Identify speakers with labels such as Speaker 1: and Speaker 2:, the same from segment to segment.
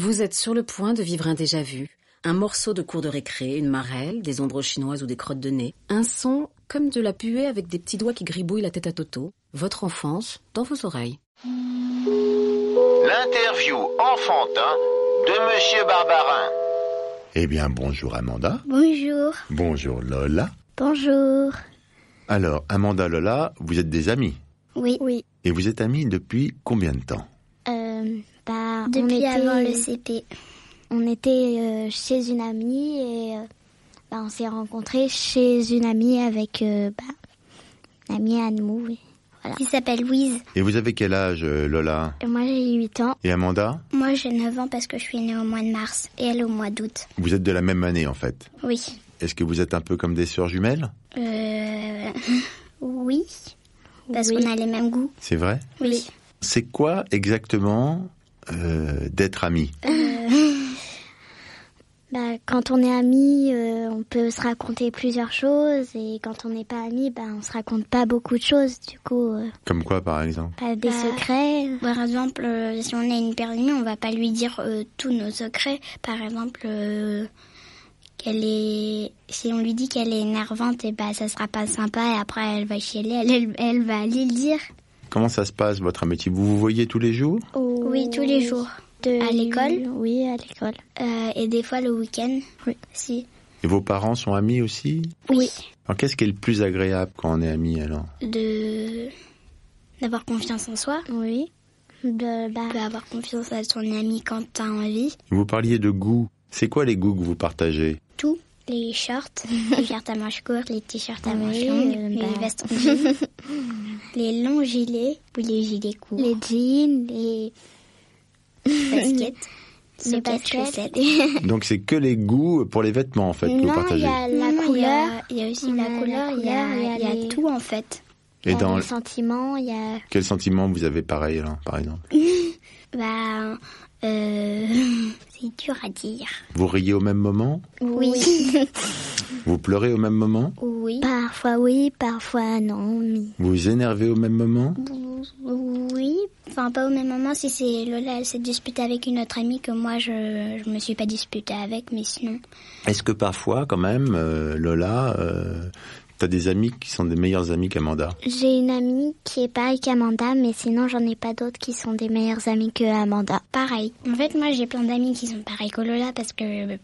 Speaker 1: Vous êtes sur le point de vivre un déjà-vu. Un morceau de cours de récré, une marelle, des ombres chinoises ou des crottes de nez. Un son comme de la puée avec des petits doigts qui gribouillent la tête à Toto. Votre enfance dans vos oreilles.
Speaker 2: L'interview enfantin de Monsieur Barbarin.
Speaker 3: Eh bien, bonjour Amanda.
Speaker 4: Bonjour.
Speaker 3: Bonjour Lola.
Speaker 4: Bonjour.
Speaker 3: Alors, Amanda, Lola, vous êtes des amis.
Speaker 4: Oui. Oui.
Speaker 3: Et vous êtes amis depuis combien de temps
Speaker 4: Euh, bah, Depuis avant le CP. On était euh, chez une amie et euh, bah, on s'est rencontrés chez une amie avec euh, bah, une amie à nous. oui. Voilà. Qui s'appelle Louise.
Speaker 3: Et vous avez quel âge, euh, Lola
Speaker 4: Et moi j'ai 8 ans.
Speaker 3: Et Amanda
Speaker 4: Moi j'ai 9 ans parce que je suis née au mois de mars et elle au mois d'août.
Speaker 3: Vous êtes de la même année, en fait.
Speaker 4: Oui.
Speaker 3: Est-ce que vous êtes un peu comme des sœurs jumelles
Speaker 4: Euh, oui. Parce qu'on a les mêmes goûts.
Speaker 3: C'est vrai
Speaker 4: Oui.
Speaker 3: C'est quoi exactement euh, d'être amis
Speaker 4: Bah, quand on est amis, euh, on peut se raconter plusieurs choses et quand on n'est pas amis, bah, on se raconte pas beaucoup de choses. Du coup, euh,
Speaker 3: Comme quoi, par exemple
Speaker 4: pas des secrets.
Speaker 5: Bah, Par exemple, euh, si on a une période on va pas lui dire euh, tous nos secrets. Par exemple, euh, qu'elle est, si on lui dit qu'elle est énervante, et bah ça sera pas sympa. Et après, elle va chialer, elle, elle, elle va aller le dire.
Speaker 3: Comment ça se passe, votre amitié Vous vous voyez tous les jours
Speaker 5: Oui, tous les jours.
Speaker 4: De-
Speaker 5: À l'école
Speaker 4: Oui, à l'école.
Speaker 5: Euh, et des fois le week-end. Oui. Si.
Speaker 3: Et vos parents sont amis aussi
Speaker 5: Oui.
Speaker 3: Alors, qu'est-ce qui est le plus agréable quand on est amis, alors
Speaker 5: De d'avoir confiance en soi.
Speaker 4: Oui. De, bah,
Speaker 5: On peut avoir confiance à son ami quand t'as envie.
Speaker 3: Vous parliez de goûts. C'est quoi les goûts que vous partagez
Speaker 5: Tout. Les shorts, les shirts à manches courtes, les t-shirts à manches
Speaker 4: Oui,
Speaker 5: longues,
Speaker 4: euh,
Speaker 5: les
Speaker 4: bah.
Speaker 5: vestes en jean, les longs gilets ou les gilets courts.
Speaker 4: les jeans, les,
Speaker 5: baskets.
Speaker 4: les baskets. Non,
Speaker 3: Donc, c'est que les goûts pour les vêtements, en fait, que vous
Speaker 4: il
Speaker 3: partagez
Speaker 4: y a la
Speaker 5: La
Speaker 4: couleur.
Speaker 5: couleur, il y a aussi
Speaker 4: on
Speaker 5: la
Speaker 4: a la
Speaker 5: couleur, il y a,
Speaker 4: couleur,
Speaker 5: il y a
Speaker 4: les-
Speaker 5: tout en fait.
Speaker 4: Il
Speaker 3: Et
Speaker 4: y a
Speaker 3: dans
Speaker 4: les sentiments, il y a...
Speaker 3: quel sentiment vous avez pareil, là, par exemple
Speaker 5: Bah, euh, c'est dur à dire.
Speaker 3: Vous riez au même moment
Speaker 4: Oui.
Speaker 3: Vous pleurez au même moment
Speaker 5: Oui.
Speaker 4: parfois oui, parfois non. mais-
Speaker 3: Vous vous énervez au même moment
Speaker 5: Oui, enfin pas au même moment si c'est Lola, elle s'est disputée avec une autre amie que moi je, je me suis pas disputée avec, mais sinon.
Speaker 3: Est-ce que parfois, quand même, euh, Lola, euh, t'as des amis qui sont des meilleurs amis qu'Amanda
Speaker 4: J'ai une amie qui est pareille qu'Amanda, mais sinon j'en ai pas d'autres qui sont des meilleures amies que Amanda.
Speaker 5: Pareil. En fait, moi j'ai plein d'amis qui sont pareils que Lola parce que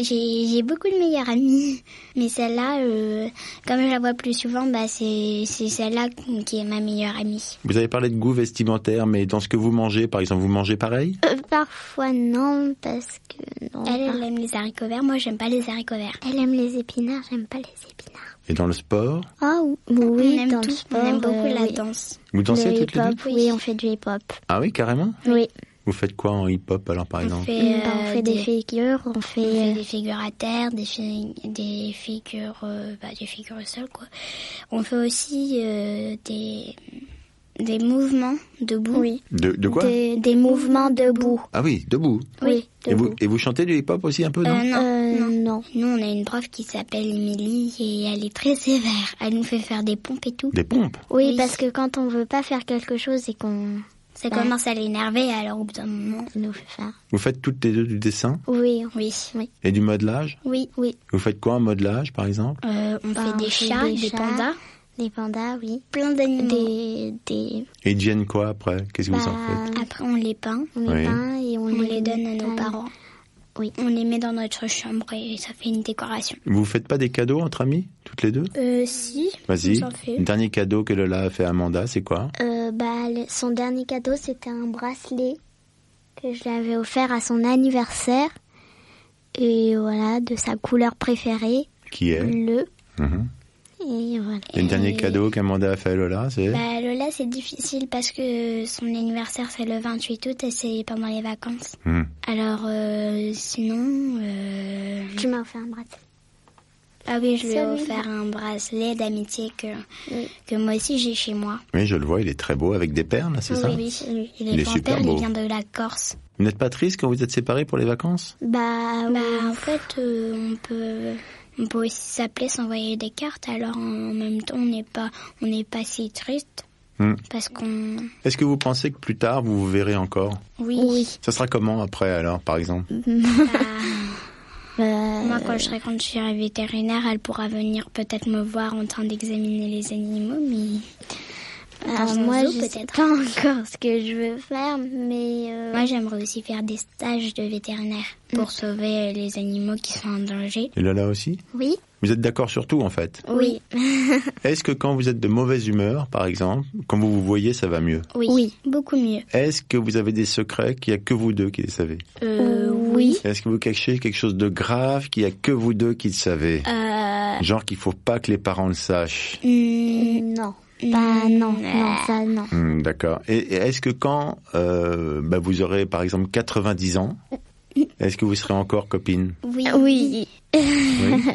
Speaker 5: j'ai j'ai beaucoup de meilleures amies. Mais celle-là, euh, comme je la vois plus souvent, bah, c'est c'est celle-là qui est ma meilleure amie.
Speaker 3: Vous avez parlé de goût vestimentaire, mais dans ce que vous mangez, par exemple, vous mangez pareil
Speaker 4: Euh, parfois non, parce que non.
Speaker 5: Elle,
Speaker 4: par-
Speaker 5: elle aime les haricots verts, moi j'aime pas les haricots verts.
Speaker 4: Elle aime les épinards, j'aime pas les épinards.
Speaker 3: Et dans le sport
Speaker 4: Ah ou- oui,
Speaker 5: on aime
Speaker 4: dans
Speaker 5: tout,
Speaker 4: le sport,
Speaker 5: on aime beaucoup
Speaker 4: euh,
Speaker 5: la
Speaker 4: oui.
Speaker 5: danse.
Speaker 3: Vous dansez
Speaker 4: Le
Speaker 3: toutes les deux
Speaker 4: hip-hop, oui, on fait du hip-hop.
Speaker 3: Ah oui, carrément
Speaker 4: Oui.
Speaker 3: Vous faites quoi en hip-hop, alors, par exemple
Speaker 5: fait,
Speaker 4: Bah, on
Speaker 5: euh,
Speaker 4: fait des, figures,
Speaker 5: On
Speaker 4: on fait.
Speaker 5: fait
Speaker 4: euh,
Speaker 5: des figures à terre, des, fi- des figures, euh, bah, des figures au sol, quoi. On fait aussi euh, des, des mouvements debout. Oui.
Speaker 3: de, de quoi
Speaker 4: des, des mouvements debout.
Speaker 3: Ah oui, debout.
Speaker 4: Oui.
Speaker 3: Et vous, et vous chantez du hip-hop aussi un peu, non
Speaker 5: non,
Speaker 4: Euh,
Speaker 5: non.
Speaker 4: non.
Speaker 5: Nous, on a une prof qui s'appelle Émilie et elle est très sévère. Elle nous fait faire des pompes et tout.
Speaker 3: Des pompes
Speaker 4: Oui,
Speaker 5: Oui.
Speaker 4: parce que quand on veut pas faire quelque chose et qu'on bah,
Speaker 5: Ça commence à l'énerver, alors au bout d'un moment...
Speaker 4: il nous fait faire.
Speaker 3: Vous faites toutes les deux du dessin
Speaker 4: Oui, on-
Speaker 5: Oui.
Speaker 4: oui,
Speaker 3: et du modelage
Speaker 4: oui, oui.
Speaker 3: Vous faites quoi en modelage, par exemple
Speaker 5: Euh, on
Speaker 4: Bah,
Speaker 5: fait
Speaker 4: on
Speaker 5: des
Speaker 4: fait
Speaker 5: chats,
Speaker 4: des
Speaker 5: des,
Speaker 4: chats,
Speaker 5: pandas,
Speaker 4: Des pandas, oui.
Speaker 5: plein d'animaux.
Speaker 4: Des, des, euh,
Speaker 3: Et ils deviennent quoi après Qu'est-ce que vous
Speaker 5: Bah.
Speaker 3: en faites
Speaker 5: Après, on les peint.
Speaker 4: on les
Speaker 3: Oui.
Speaker 4: peint et on,
Speaker 5: On les donne à nos
Speaker 4: peint.
Speaker 5: parents.
Speaker 4: Oui.
Speaker 5: On les met dans notre chambre et ça fait une décoration.
Speaker 3: Vous faites pas des cadeaux entre amis, toutes les deux
Speaker 5: Euh, si.
Speaker 3: Vas-y.
Speaker 5: J'en fais.
Speaker 3: Le dernier cadeau que Lola a fait à Amanda, c'est quoi
Speaker 4: Euh, bah, le- son dernier cadeau, c'était un bracelet que je lui avais offert à son anniversaire. Et voilà, de sa couleur préférée,
Speaker 3: Qui est
Speaker 4: bleu.
Speaker 3: Mhm.
Speaker 4: Et voilà.
Speaker 3: Et le dernier
Speaker 5: Et-
Speaker 3: cadeau qu'Amanda a fait à Lola, c'est
Speaker 5: Bah, Lola, c'est difficile parce que son anniversaire, c'est le 28 août et c'est pendant les vacances.
Speaker 3: Hmm.
Speaker 5: Alors, euh, sinon... euh,
Speaker 4: Tu m'as offert un bracelet.
Speaker 5: Ah oui, je lui ai
Speaker 4: Celui-là.
Speaker 5: offert un bracelet d'amitié que,
Speaker 4: Oui.
Speaker 5: que moi aussi j'ai chez moi.
Speaker 3: Oui, je le vois, il est très beau avec des perles, c'est ça
Speaker 5: Oui, il
Speaker 3: Il est
Speaker 5: est
Speaker 3: super
Speaker 5: panthère,
Speaker 3: beau.
Speaker 5: il vient de la Corse.
Speaker 3: Vous n'êtes pas triste quand vous êtes séparés pour les vacances
Speaker 4: Bah,
Speaker 5: Bah,
Speaker 4: oui.
Speaker 5: en fait, euh, on peut... On peut aussi s'appeler, s'envoyer des cartes, alors en même temps on n'est pas, on n'est pas si triste
Speaker 3: Hmm.
Speaker 5: parce qu'on,
Speaker 3: Est-ce que vous pensez que plus tard, vous vous verrez encore
Speaker 5: oui,
Speaker 3: Ça sera comment après, alors, par exemple
Speaker 4: Bah,
Speaker 5: Moi, quand je serai quand je serai vétérinaire, elle pourra venir peut-être me voir en train d'examiner les animaux, mais euh,
Speaker 4: alors
Speaker 5: dans un
Speaker 4: moi,
Speaker 5: zoo,
Speaker 4: je sais
Speaker 5: peut-être.
Speaker 4: pas encore ce que je veux faire, mais euh,
Speaker 5: moi, j'aimerais aussi faire des stages de vétérinaire pour sauver les animaux qui sont en danger.
Speaker 3: Et Lola aussi
Speaker 4: oui.
Speaker 3: Vous êtes d'accord sur tout, en fait
Speaker 5: Oui,
Speaker 3: Est-ce que quand vous êtes de mauvaise humeur, par exemple, quand vous vous voyez, ça va mieux
Speaker 5: oui,
Speaker 4: Oui.
Speaker 5: beaucoup mieux.
Speaker 3: Est-ce que vous avez des secrets qu'il n'y a que vous deux qui les savez
Speaker 5: Euh,
Speaker 4: oui.
Speaker 3: Est-ce que vous cachez quelque chose de grave qu'il n'y a que vous deux qui le savez
Speaker 5: Euh,
Speaker 3: Genre qu'il faut pas que les parents le sachent
Speaker 5: hmm,
Speaker 4: Non. Bah non,
Speaker 5: Mm.
Speaker 4: non, ça non.
Speaker 3: Hmm, D'accord. Et et est-ce que quand euh, bah, vous aurez, par exemple, 90 ans, est-ce que vous serez encore copine
Speaker 5: oui,
Speaker 4: Ah, Oui.
Speaker 3: Oui.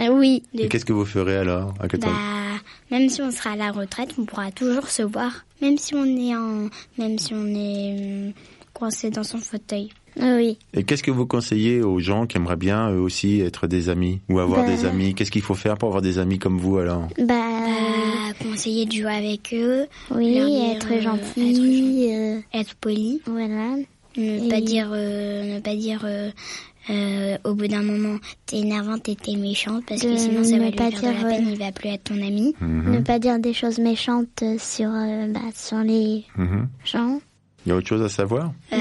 Speaker 4: oui.
Speaker 3: Et qu'est-ce que vous ferez alors à côté
Speaker 5: Bah, même si on sera à la retraite, on pourra toujours se voir, même si on est en, même si on est hum, coincé dans son fauteuil.
Speaker 4: Oui.
Speaker 3: Et qu'est-ce que vous conseillez aux gens qui aimeraient bien eux aussi être des amis ou avoir
Speaker 4: Bah-
Speaker 3: des amis Qu'est-ce qu'il faut faire pour avoir des amis comme vous alors
Speaker 4: Bah,
Speaker 5: Bah, conseiller de jouer avec eux,
Speaker 4: oui,
Speaker 5: leur dire,
Speaker 4: être
Speaker 5: euh,
Speaker 4: gentil,
Speaker 5: être gentil.
Speaker 4: euh,
Speaker 5: être poli.
Speaker 4: voilà.
Speaker 5: Ne
Speaker 4: Et-
Speaker 5: pas dire, euh, ne pas dire euh, euh, au bout d'un moment, t'es énervante et t'es méchante parce
Speaker 4: De
Speaker 5: que sinon ça
Speaker 4: ne
Speaker 5: va lui
Speaker 4: pas
Speaker 5: faire
Speaker 4: dire,
Speaker 5: de la peine,
Speaker 4: euh,
Speaker 5: il va plus être ton ami.
Speaker 3: Mhm,
Speaker 4: Ne pas dire des choses méchantes sur, euh, bah, sur les
Speaker 3: mhm.
Speaker 4: gens.
Speaker 3: Il y a autre chose à savoir
Speaker 5: Euh,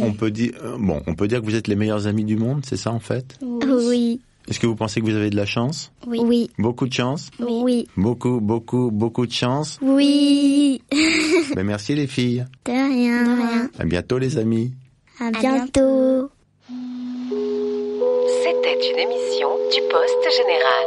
Speaker 3: On peut dire euh, bon, on peut dire que vous êtes les meilleurs amis du monde, c'est ça en fait
Speaker 4: Oui.
Speaker 3: Est-ce que vous pensez que vous avez de la chance
Speaker 5: oui.
Speaker 4: Oui.
Speaker 3: Beaucoup de chance,
Speaker 4: Oui.
Speaker 3: beaucoup beaucoup beaucoup de chance.
Speaker 4: Oui.
Speaker 3: Ben merci les filles.
Speaker 4: De rien.
Speaker 3: À bientôt les amis.
Speaker 4: À
Speaker 5: bientôt.
Speaker 4: bientôt.
Speaker 6: C'était une émission du Poste Général.